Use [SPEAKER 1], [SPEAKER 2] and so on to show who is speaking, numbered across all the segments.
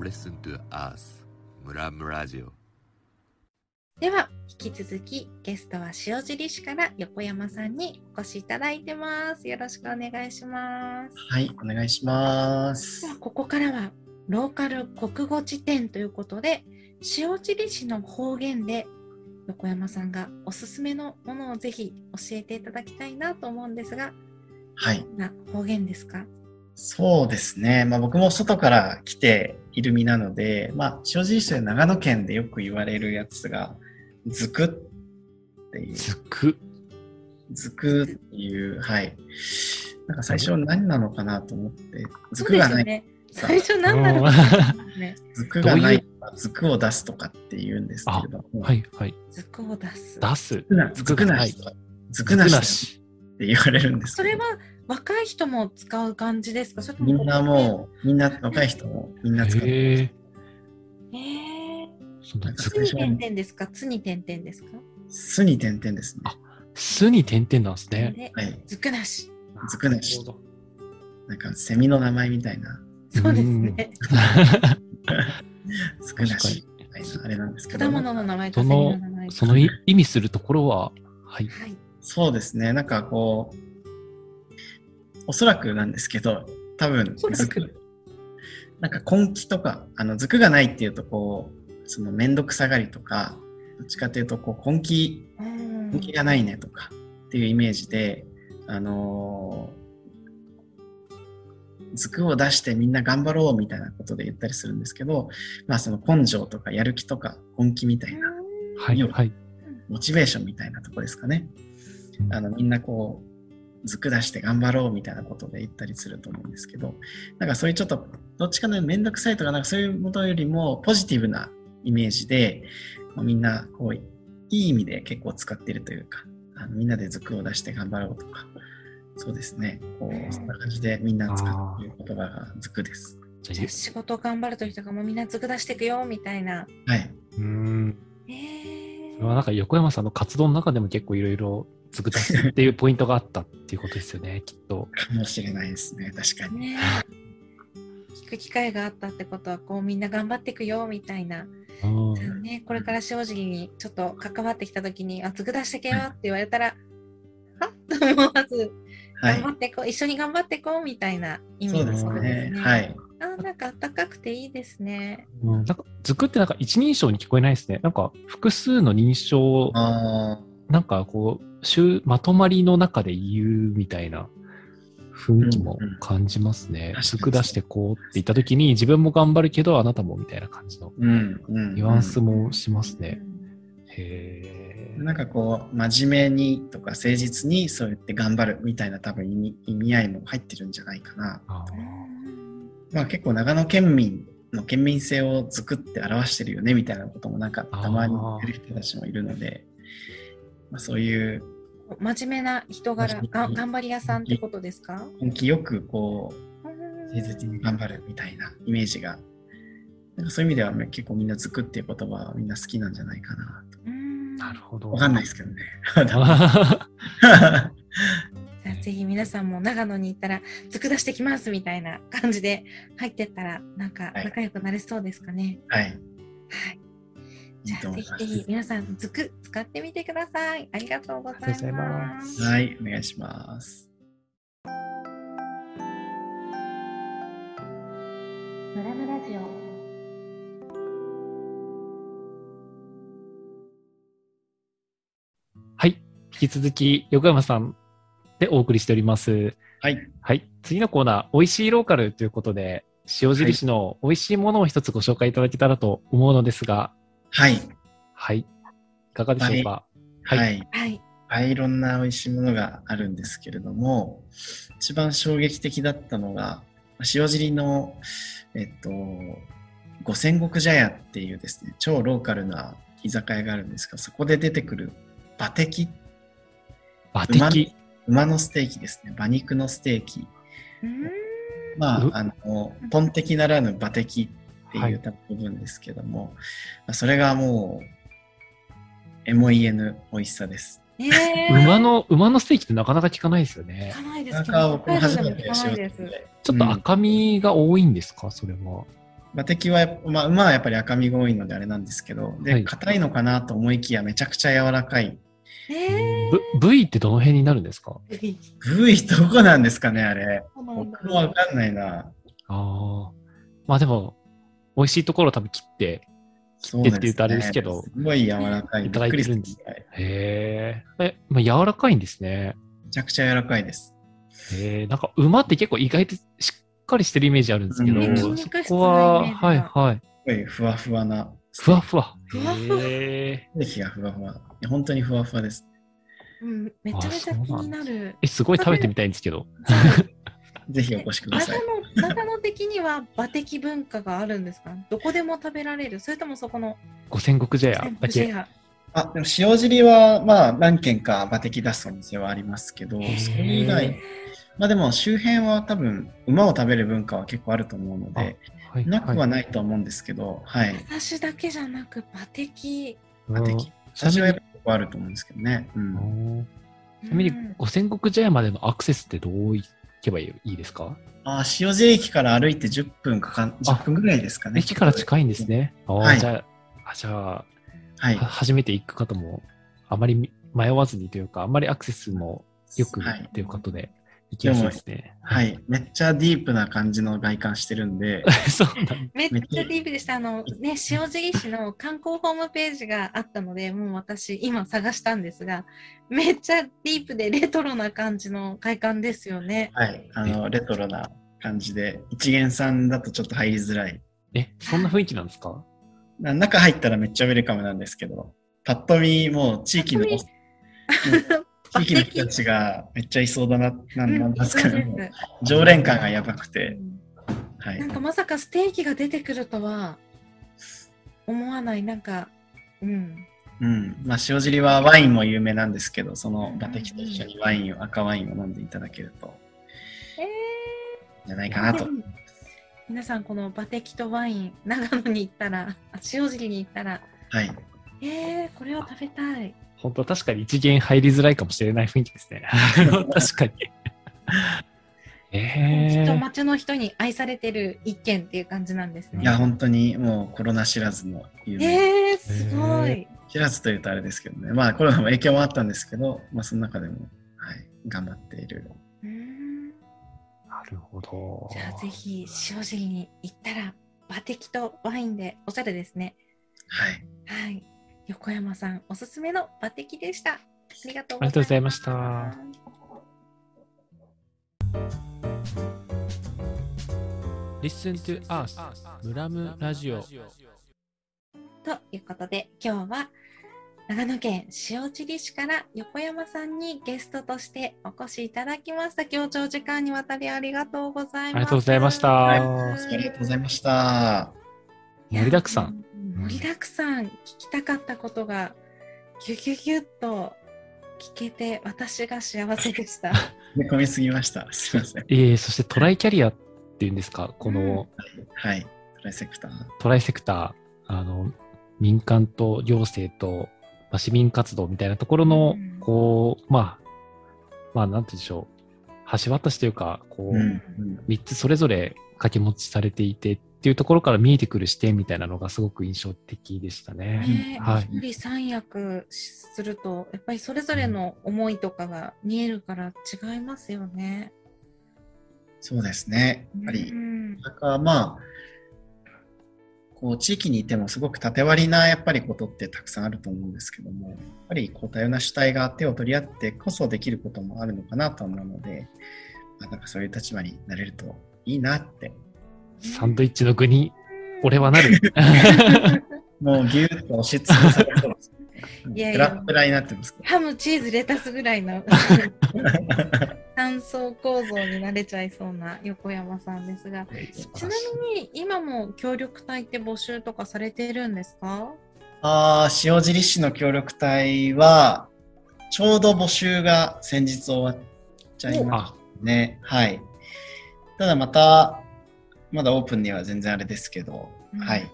[SPEAKER 1] Listen to us ムラムラジオ
[SPEAKER 2] では引き続きゲストは塩尻市から横山さんにお越しいただいてますよろしくお願いします
[SPEAKER 3] はい、お願いします
[SPEAKER 2] で。はここからはローカル国語辞典ということで塩尻市の方言で横山さんがおすすめのものをぜひ教えていただきたいなと思うんですが
[SPEAKER 3] はい、
[SPEAKER 2] どんな方言ですか
[SPEAKER 3] そうですね。まあ僕も外から来ている身なので、まあ正直言うと長野県でよく言われるやつが、ずくっていう、
[SPEAKER 1] つく
[SPEAKER 3] ずくっていう、はい。なんか最初何なのかなと思って、ずくが
[SPEAKER 2] そうですよ
[SPEAKER 3] ない、
[SPEAKER 2] ね最初何だろうと思ったんですね
[SPEAKER 3] ずくがな
[SPEAKER 1] ど
[SPEAKER 3] い、ずくを出すとかって言うんですけれども、
[SPEAKER 1] はいはい
[SPEAKER 2] 図工を出す
[SPEAKER 1] 出す
[SPEAKER 3] ずくなしとか、ずく
[SPEAKER 1] く
[SPEAKER 3] なしって言われるんです
[SPEAKER 2] そ
[SPEAKER 3] け
[SPEAKER 2] れ
[SPEAKER 3] ど
[SPEAKER 2] は若い人も使う感じですかそれとも
[SPEAKER 3] みんなもう、みんな若い人もみんな使って
[SPEAKER 1] へえ
[SPEAKER 2] うえー
[SPEAKER 1] その
[SPEAKER 2] つ
[SPEAKER 3] そ
[SPEAKER 1] つく
[SPEAKER 3] う
[SPEAKER 2] に点々ですかつに点々ですか
[SPEAKER 3] すに点々ですね。
[SPEAKER 1] あすに点々なんです
[SPEAKER 2] で
[SPEAKER 1] ね
[SPEAKER 3] はい。
[SPEAKER 2] ずくなし
[SPEAKER 3] つくなしなんかセミの名前みたいな、
[SPEAKER 2] そうですね
[SPEAKER 3] つく
[SPEAKER 1] 確
[SPEAKER 3] な
[SPEAKER 1] か
[SPEAKER 3] し
[SPEAKER 1] に
[SPEAKER 3] みたいな、あれなんですけど
[SPEAKER 2] 果、物の名前とセ
[SPEAKER 1] その
[SPEAKER 2] ミの名前
[SPEAKER 1] そのい意味するところははい
[SPEAKER 2] はい
[SPEAKER 3] そうですね、なんかこう、おそらくなんですけど、多分
[SPEAKER 2] おそらく
[SPEAKER 3] ずく、なんか根気とか、あの、ずくがないっていうと、こう、そのめんどくさがりとか、どっちかというと、こう、根気、
[SPEAKER 2] うん
[SPEAKER 3] 根気がないねとかっていうイメージで、あのー図工を出してみんな頑張ろうみたいなことで言ったりするんですけど、まあその根性とかやる気とか根気みたいな、
[SPEAKER 1] はいはい
[SPEAKER 3] モチベーションみたいなとこですかね。あのみんなこう、図工出して頑張ろうみたいなことで言ったりすると思うんですけど、なんかそういうちょっと、どっちかのめんどくさいとか、なんかそういうものよりもポジティブなイメージで、まあみんなこう、いい意味で結構使ってるというか、あのみんなで図工を出して頑張ろうとか、そうですね、こ
[SPEAKER 2] うん
[SPEAKER 3] う、そんな感じでみんな使っている言葉が図工です。
[SPEAKER 1] じ
[SPEAKER 2] じゃ
[SPEAKER 1] ゃ
[SPEAKER 2] あ仕事頑張る時とかもみんなずく出していくよみたいな
[SPEAKER 3] はい。
[SPEAKER 1] あうん
[SPEAKER 2] え
[SPEAKER 1] それは
[SPEAKER 2] ー
[SPEAKER 1] なんか横山さんの活動の中でも結構いろいろつく出すっていうポイントがあったっていうことですよねきっと
[SPEAKER 3] かもしれないですね、確かに。
[SPEAKER 2] ねえ聞く機会があったってことはこうみんな頑張っていくよみたいな、
[SPEAKER 1] うん
[SPEAKER 2] ね、これから正直にちょっと関わってきた時に「あずく出してけよ」って言われたら「はっ?」と思わず
[SPEAKER 3] は
[SPEAKER 2] 頑
[SPEAKER 3] い
[SPEAKER 2] 張。ってこう、一緒に頑張ってこうみたいな意
[SPEAKER 3] そ
[SPEAKER 2] 味
[SPEAKER 3] う
[SPEAKER 2] の
[SPEAKER 3] です
[SPEAKER 2] こ
[SPEAKER 1] そ
[SPEAKER 2] と
[SPEAKER 1] う
[SPEAKER 3] ね。はい。
[SPEAKER 2] あーなんかあったかくていいですね。
[SPEAKER 1] うんなんか図くってなんか一人称に聞こえないですねなんか複数の認証
[SPEAKER 3] あ
[SPEAKER 1] なんかこう集まとまりの中で言うみたいな雰囲気も感じますね
[SPEAKER 3] んうん
[SPEAKER 1] 図く出してこうって言った時に自分も頑張るけどあなたもみたいな感じ
[SPEAKER 3] ー
[SPEAKER 1] の
[SPEAKER 3] うん、うん。
[SPEAKER 1] ニュアンスもしますね
[SPEAKER 2] う、ん。
[SPEAKER 1] へえ
[SPEAKER 3] なんかこう真面目にとか誠実にそうやって頑張るみたいな多分意味意味合いも入ってるんじゃないかな。
[SPEAKER 1] あ
[SPEAKER 2] う
[SPEAKER 1] ー
[SPEAKER 2] ん
[SPEAKER 3] まあ結構長野県民の県民性を作って表してるよねみたいなこともなんかたまに言ってる人たちもいるので、まあ、そういう
[SPEAKER 2] 真面目な人柄
[SPEAKER 3] 真面目
[SPEAKER 2] が、頑張り屋さんってことですか
[SPEAKER 3] 根気よくこう
[SPEAKER 2] うん
[SPEAKER 3] 誠実に頑張るみたいなイメージが、なんかそういう意味では結構みんな作っていう言葉はみんな好きなんじゃないかなと。
[SPEAKER 2] うん
[SPEAKER 1] なるほど
[SPEAKER 3] わかんないですけどね。
[SPEAKER 2] じゃあぜひ皆さんも長野に行ったら、ずく出してきますみたいな感じで入ってったら、なんか
[SPEAKER 3] はい
[SPEAKER 2] 仲良くなれそうですかね。
[SPEAKER 3] はい。
[SPEAKER 2] はい。
[SPEAKER 3] い
[SPEAKER 2] じ
[SPEAKER 3] い
[SPEAKER 2] ゃ
[SPEAKER 3] と
[SPEAKER 2] あ
[SPEAKER 3] 思
[SPEAKER 2] ぜ
[SPEAKER 3] いま。
[SPEAKER 2] ひぜひ皆さん、ずく使ってみてください。ありがとうございます。
[SPEAKER 1] ありがとうございます
[SPEAKER 3] はい、お願いします。
[SPEAKER 2] ムラムラジオ。
[SPEAKER 1] はい 引き続き横山さんでお送りしております
[SPEAKER 3] はい。
[SPEAKER 1] はい、次のコーナー、美味しいローカルということで、塩尻市の美味しいものを一つご紹介いただけたらと思うのですが、
[SPEAKER 3] はい。
[SPEAKER 1] はい、いかがでしょうか。はい
[SPEAKER 3] はい。
[SPEAKER 2] はい。
[SPEAKER 3] あいろんな美味しいものがあるんですけれども、一番衝撃的だったのが、塩尻の、えっと、五千石茶屋っていうですね、超ローカルな居酒屋があるんですが、そこで出てくる馬蹄、
[SPEAKER 1] 馬的、
[SPEAKER 3] 馬のステーキですね、馬肉のステーキ。
[SPEAKER 2] うん
[SPEAKER 3] ま
[SPEAKER 1] う
[SPEAKER 3] あ、あの、ポン的ならぬ馬蹄って
[SPEAKER 1] はいいう
[SPEAKER 3] 部分ですけども、まあそれがもう、MOEN 美味しさです。
[SPEAKER 2] ねえ
[SPEAKER 1] 馬の、馬のステーキってなかなか聞かないですよね
[SPEAKER 2] 聞。かないで
[SPEAKER 3] な
[SPEAKER 2] す
[SPEAKER 3] ん
[SPEAKER 2] け
[SPEAKER 3] か
[SPEAKER 2] ど、
[SPEAKER 3] 僕も初め
[SPEAKER 2] 北
[SPEAKER 3] て
[SPEAKER 2] 海道
[SPEAKER 3] 知
[SPEAKER 2] でも聞かない
[SPEAKER 3] り
[SPEAKER 2] で。
[SPEAKER 3] です
[SPEAKER 1] ちょっと赤身が多いんですか、それは。
[SPEAKER 3] 馬蹄はやっぱ、まあ、馬はやっぱり赤身が多いのであれなんですけど、
[SPEAKER 1] は
[SPEAKER 3] で、
[SPEAKER 1] い
[SPEAKER 3] 硬いのかなと思いきやめちゃくちゃ柔らかい。
[SPEAKER 2] え
[SPEAKER 1] ぶ部位ってどの辺になるんですか
[SPEAKER 2] ー、
[SPEAKER 3] 部位どこなんですかね、あれ。
[SPEAKER 2] そうなんだ
[SPEAKER 3] 僕もわかんないな。
[SPEAKER 1] ああ。まあでも、美味しいところを多分切って。
[SPEAKER 3] そうなん
[SPEAKER 1] って言うとあれですけど
[SPEAKER 3] すごい柔らかい。
[SPEAKER 1] いただいてる
[SPEAKER 3] びっ
[SPEAKER 1] ん
[SPEAKER 3] くり
[SPEAKER 1] です
[SPEAKER 3] する。はい
[SPEAKER 1] へえ。え、まあ、柔らかいんですね。
[SPEAKER 3] めちゃくちゃ柔らかいです。
[SPEAKER 1] へえ。なんか馬って結構意外としっかりしてるイメージあるんですけ
[SPEAKER 3] うん
[SPEAKER 1] ど、
[SPEAKER 3] ね
[SPEAKER 2] 筋
[SPEAKER 1] そ
[SPEAKER 2] 肉質な
[SPEAKER 1] こは、
[SPEAKER 2] イメージが
[SPEAKER 1] はいはい。
[SPEAKER 3] すごいふわふわな。
[SPEAKER 1] ふわふわ。
[SPEAKER 2] ふわふわ
[SPEAKER 1] へえ。
[SPEAKER 3] 液がふわふわ。いや本当にふわふわです。
[SPEAKER 2] うん、めちゃめちゃ気になる。
[SPEAKER 1] え、すごい食べてみたいんですけど。
[SPEAKER 3] ぜひお越しくだ
[SPEAKER 2] 長
[SPEAKER 3] さい。
[SPEAKER 2] 野長野的には馬的文化があるんですかどこでも食べられるそれともそこの
[SPEAKER 1] 五千石茶屋
[SPEAKER 2] 全
[SPEAKER 1] だ
[SPEAKER 2] 部シ
[SPEAKER 1] け。
[SPEAKER 2] ェア
[SPEAKER 3] あ、でも塩尻は、まあ、何軒か馬的出すお店はありますけど、
[SPEAKER 1] へー
[SPEAKER 3] それ以外、まあでも周辺は多分、馬を食べる文化は結構あると思うので、
[SPEAKER 1] はい。
[SPEAKER 3] なくはいないと思うんですけど、はい。
[SPEAKER 2] 私だけじゃなく馬的
[SPEAKER 1] う
[SPEAKER 3] 馬
[SPEAKER 1] ん
[SPEAKER 3] 的。私はやっぱ結構あると思うんですけどね。う。
[SPEAKER 1] うんん
[SPEAKER 2] ち
[SPEAKER 1] ちなみに五千石茶屋までのアクセスってどう行けばいいですか
[SPEAKER 3] あ、塩尻駅から歩いて10分かかん、
[SPEAKER 1] あ
[SPEAKER 3] 10分ぐらいですかね。
[SPEAKER 1] 駅から近いんです。ね。ああ
[SPEAKER 3] は
[SPEAKER 1] ー、
[SPEAKER 3] い
[SPEAKER 1] じゃあ、あじゃあ、
[SPEAKER 3] はい。
[SPEAKER 1] は初めて行く方も、あまりみ迷わずにというか、あまりアクセスもよく
[SPEAKER 3] はい。
[SPEAKER 1] ということで、行きやすいですね。
[SPEAKER 3] はい。めっちゃディープな感じの外観してるんで、
[SPEAKER 1] そうなん
[SPEAKER 2] めっちゃディープでしたあのね塩尻市の観光ホームページがあったのでもう私今探したんですがめっちゃディープでレトロな感じの外観ですよね
[SPEAKER 3] はい。あの、レトロな感じで、一元さんだとちょっと入りづらい。
[SPEAKER 1] え、そんな雰囲気なんですか
[SPEAKER 3] な中入ったらめっちゃウェルカムなんですけど、ぱっと見、もう地域の、
[SPEAKER 2] ぱっ
[SPEAKER 3] 地域の人たちがめっちゃいそうだな、なんなんですか
[SPEAKER 2] そうで
[SPEAKER 3] ね。
[SPEAKER 2] す
[SPEAKER 3] もう常連感がやばくて
[SPEAKER 2] う、ん
[SPEAKER 3] は
[SPEAKER 2] ないん。かまさかステーキが出てくるとは思わないなんかうん
[SPEAKER 3] うん。まあ、塩尻はワインも有名なんですけど、その馬的と一緒にワインを、赤ワインを飲んでいただけると、
[SPEAKER 2] え
[SPEAKER 3] じゃないかなと。
[SPEAKER 2] 皆さんこの馬テとワイン長野に行ったらあ塩尻に行ったら
[SPEAKER 3] はい。
[SPEAKER 2] えー、これを食べたい
[SPEAKER 1] 本当確かに一元入りづらいかもしれない雰囲気です ね。確かに。
[SPEAKER 2] き
[SPEAKER 1] え
[SPEAKER 2] っと
[SPEAKER 1] ー、
[SPEAKER 2] 町の人に愛されてる一軒っていう感じなんですね
[SPEAKER 3] いや、本当にもうコロナ知らずの有名。
[SPEAKER 2] えー、すごい、
[SPEAKER 3] 知らずというとあれですけどね。まあ、コロナも影響もあったんですけど、まあ、その中でも、はい、頑張っている。
[SPEAKER 2] うーん
[SPEAKER 1] なるほど。
[SPEAKER 2] じゃあぜひ塩尻に行ったら馬テとワインでおしゃれですね
[SPEAKER 3] はい。
[SPEAKER 2] はい横山さんおすすめの馬テでしたありがとう
[SPEAKER 1] ありがとうございました。Listen to Us ムラムラジオ
[SPEAKER 2] ということで今日は長野県塩尻市から横山さんにゲストとしてお越しいただきました。今日長時間にわたりありがとうございます。
[SPEAKER 1] ありがとうございましたはい
[SPEAKER 3] ありがとうございました。
[SPEAKER 1] 盛りだくさん。
[SPEAKER 2] うん。盛りだくさん、聞きたかったことがギュギュギュッと聞けて私が幸せで した。
[SPEAKER 3] 寝込みすぎました。すいません。
[SPEAKER 1] えー、そしてトライキャリアっていうんですか、この
[SPEAKER 3] はい。トライセクター。
[SPEAKER 1] トライセクター、あの、民間と行政と、まあ、市民活動みたいなところの、
[SPEAKER 2] うん
[SPEAKER 1] こう、まあ、まあ、なんて言うんでしょう、橋渡しというか、こ
[SPEAKER 3] う
[SPEAKER 1] う、
[SPEAKER 3] ん。
[SPEAKER 1] 三つそれぞれ掛け持ちされていてっていうところから見えてくる視点みたいなのがすごく印象的でしたね。
[SPEAKER 2] ね
[SPEAKER 1] はい
[SPEAKER 2] 一人三役するとやっぱりそれぞれの思いとかが見えるから違いますよね。
[SPEAKER 3] そうですね。やっぱり
[SPEAKER 2] う、ん
[SPEAKER 3] なんかまあ、こう地域にいてもすごく縦割りなやっぱりことってたくさんあると思うんですけども、やっぱりこう多様な主体が手を取り合ってこそできることもあるのかなと思うので、まあ、なんかそういう立場になれるといいなって、
[SPEAKER 1] サンドイッチの具に俺はな る。
[SPEAKER 3] もうぎゅっと押しつぶされそうです。
[SPEAKER 2] いやい
[SPEAKER 3] ペ
[SPEAKER 2] や
[SPEAKER 3] ラペラになってますけ
[SPEAKER 2] ハムチーズレタスぐらい の単層構造になれちゃいそうな横山さんですがちなみに今も協力隊って募集とかされてるんですか
[SPEAKER 3] あー塩尻市の協力隊は、ちょうど募集が先日終わっちゃいまし
[SPEAKER 1] あ、
[SPEAKER 3] たね。はい。ただまた、まだオープンには全然あれですけど、
[SPEAKER 2] うん
[SPEAKER 3] はい。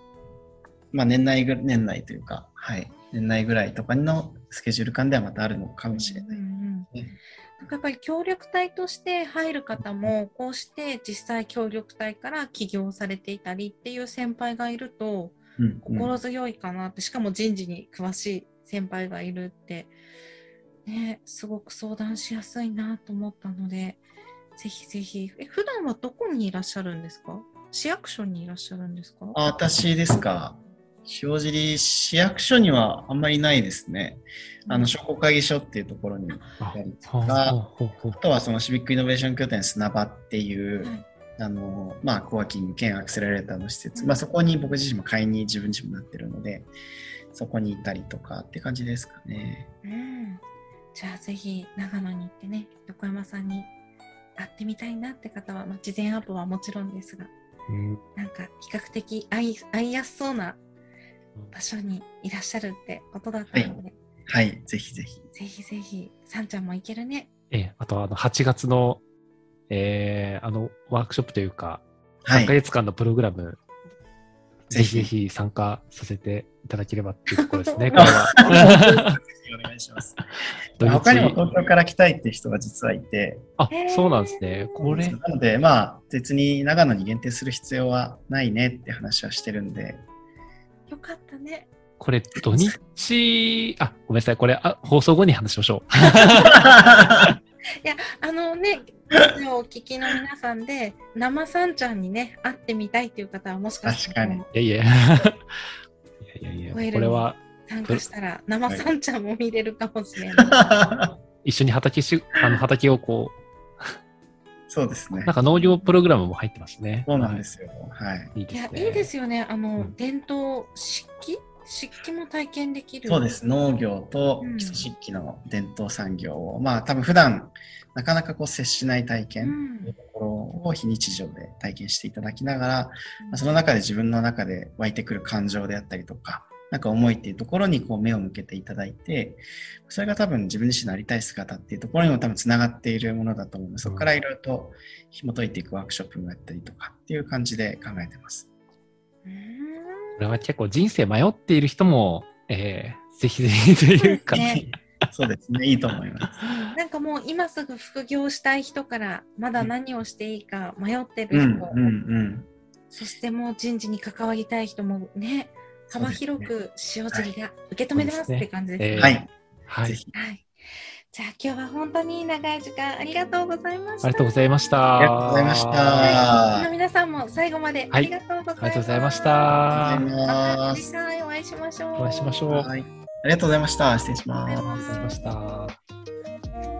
[SPEAKER 3] まあ年内ぐ、年内というか、はい。年内ぐらいとかのスケジュール感ではまたあるのかもしれない。
[SPEAKER 2] うんうん
[SPEAKER 3] ね
[SPEAKER 2] なんかやっぱり協力隊として入る方もこうして実際協力隊から起業されていたりっていう先輩がいると
[SPEAKER 3] うんうん
[SPEAKER 2] 心強いかなって、しかも人事に詳しい先輩がいるって、ね、すごく相談しやすいなと思ったのでぜひぜひえ普段はどこにいらっしゃるんですか市役所にいらっしゃるんですか
[SPEAKER 3] あ私ですか。塩尻市役所にはあんまりないですね。あの、商工会議所っていうところに。
[SPEAKER 1] あ
[SPEAKER 3] やり
[SPEAKER 1] ほうほうほう
[SPEAKER 3] あとはそのシビックイノベーション拠点砂場っていう、
[SPEAKER 2] はい
[SPEAKER 3] あの、まあ、コワーキング兼アクセラレーターの施設。まあ、そこに僕自身も会員に自分自身もなってるので、そこにいたりとかって感じですかね。
[SPEAKER 2] うん、じゃあぜひ長野に行ってね横山さんに会ってみたいなって方は、まあ、事前アポはもちろんですが
[SPEAKER 1] うん
[SPEAKER 2] なんか比較的会い会いやすそうな場所にいらっしゃるってことだったので、
[SPEAKER 3] はい、ぜひぜひ。
[SPEAKER 2] ぜひぜひさんちゃんも行けるね
[SPEAKER 1] ええ、あとあの8月の、えーあのワークショップというか、
[SPEAKER 3] は
[SPEAKER 1] 3ヶ
[SPEAKER 3] い、
[SPEAKER 1] 月間のプログラム、
[SPEAKER 3] ぜひ
[SPEAKER 1] ぜひ
[SPEAKER 3] ぜ
[SPEAKER 1] ぜ
[SPEAKER 3] ひ
[SPEAKER 1] ひ参加させていただければっていうところ ですね、これは。
[SPEAKER 3] お願いし ます。
[SPEAKER 1] 土
[SPEAKER 3] 他にも
[SPEAKER 1] 日
[SPEAKER 3] 東京から来たいって人が実はいて、
[SPEAKER 1] あ
[SPEAKER 2] へー
[SPEAKER 1] そうなんですね。これ、
[SPEAKER 3] なので、まあ、別に長野に限定する必要はないねって話はしてるん で、
[SPEAKER 2] よかったね
[SPEAKER 1] これ土日、あ、ごめんなさい、これあ放送後に話しましょう。
[SPEAKER 2] あのねラジオをお聞きの皆さんで生さんちゃんにね会ってみたいっていう方はもしかしたら
[SPEAKER 3] 確か
[SPEAKER 1] いやいや。いやいや
[SPEAKER 2] ウェル
[SPEAKER 1] いや、
[SPEAKER 2] に
[SPEAKER 1] これは
[SPEAKER 2] 参加したら生さんちゃんも見れるかもしれない。
[SPEAKER 1] 一緒に畑し、あの畑をこ
[SPEAKER 3] そうですね
[SPEAKER 1] う、なん。か農業プログラムも入ってますね。
[SPEAKER 3] そうなんですよ。はい。
[SPEAKER 1] はい。いい
[SPEAKER 2] い
[SPEAKER 1] で
[SPEAKER 2] や
[SPEAKER 1] す、ね。
[SPEAKER 2] いいですよね。あの、
[SPEAKER 1] うん
[SPEAKER 2] 伝統漆器漆器も体験できる。
[SPEAKER 3] そうで。す。農業と基礎漆器の伝統産業を、まあ、多分普段なかなかこう接しない体
[SPEAKER 2] う。
[SPEAKER 3] 験というんところを非日常で体験していただきながら、まあその中で自分の中で湧いてくる感情であったりとか、なんか思いっていうところにこう目を向けていただいて、それが多分自分自身のありたい姿っていうところにも多分つながっているものだと思うので、そこからいろいろと紐解いていくワークショップもやったりとかっていう感じで考えてます。
[SPEAKER 2] うー
[SPEAKER 1] こ
[SPEAKER 2] ん
[SPEAKER 1] れは結構人生迷っている人も、えーぜひぜひというか、
[SPEAKER 2] そうですね
[SPEAKER 3] そうですね。いいと思い ます。
[SPEAKER 2] なんかもう今すぐ副業したい人からまだ何をしていいか迷って
[SPEAKER 3] うん、う
[SPEAKER 2] る人、
[SPEAKER 3] ん、うん。
[SPEAKER 2] そしてもう人事に関わりたい人もね幅広く塩尻が受け止めますって感じです
[SPEAKER 1] え
[SPEAKER 2] ね。
[SPEAKER 1] ー
[SPEAKER 3] はい。
[SPEAKER 1] はい
[SPEAKER 3] ぜひ。
[SPEAKER 2] はい。じゃあ今日は本当に長い時間ありがとうございました。
[SPEAKER 1] ありがとうございました。
[SPEAKER 3] ありがとうございました。
[SPEAKER 2] はい。
[SPEAKER 3] あ
[SPEAKER 2] の
[SPEAKER 3] り
[SPEAKER 2] 皆さんも最後までありがとうございます。
[SPEAKER 1] ありがとうございまし
[SPEAKER 3] が
[SPEAKER 1] た
[SPEAKER 3] とう。ござ
[SPEAKER 2] ま
[SPEAKER 3] い
[SPEAKER 2] た
[SPEAKER 3] ま
[SPEAKER 2] 次
[SPEAKER 3] す。
[SPEAKER 2] 回お会いしましょう。
[SPEAKER 1] お会いしましょう。あり
[SPEAKER 3] はい。ありがとうございました。失礼し
[SPEAKER 2] あり
[SPEAKER 3] ま
[SPEAKER 2] が
[SPEAKER 3] す
[SPEAKER 2] とう。ご
[SPEAKER 1] がとうございました。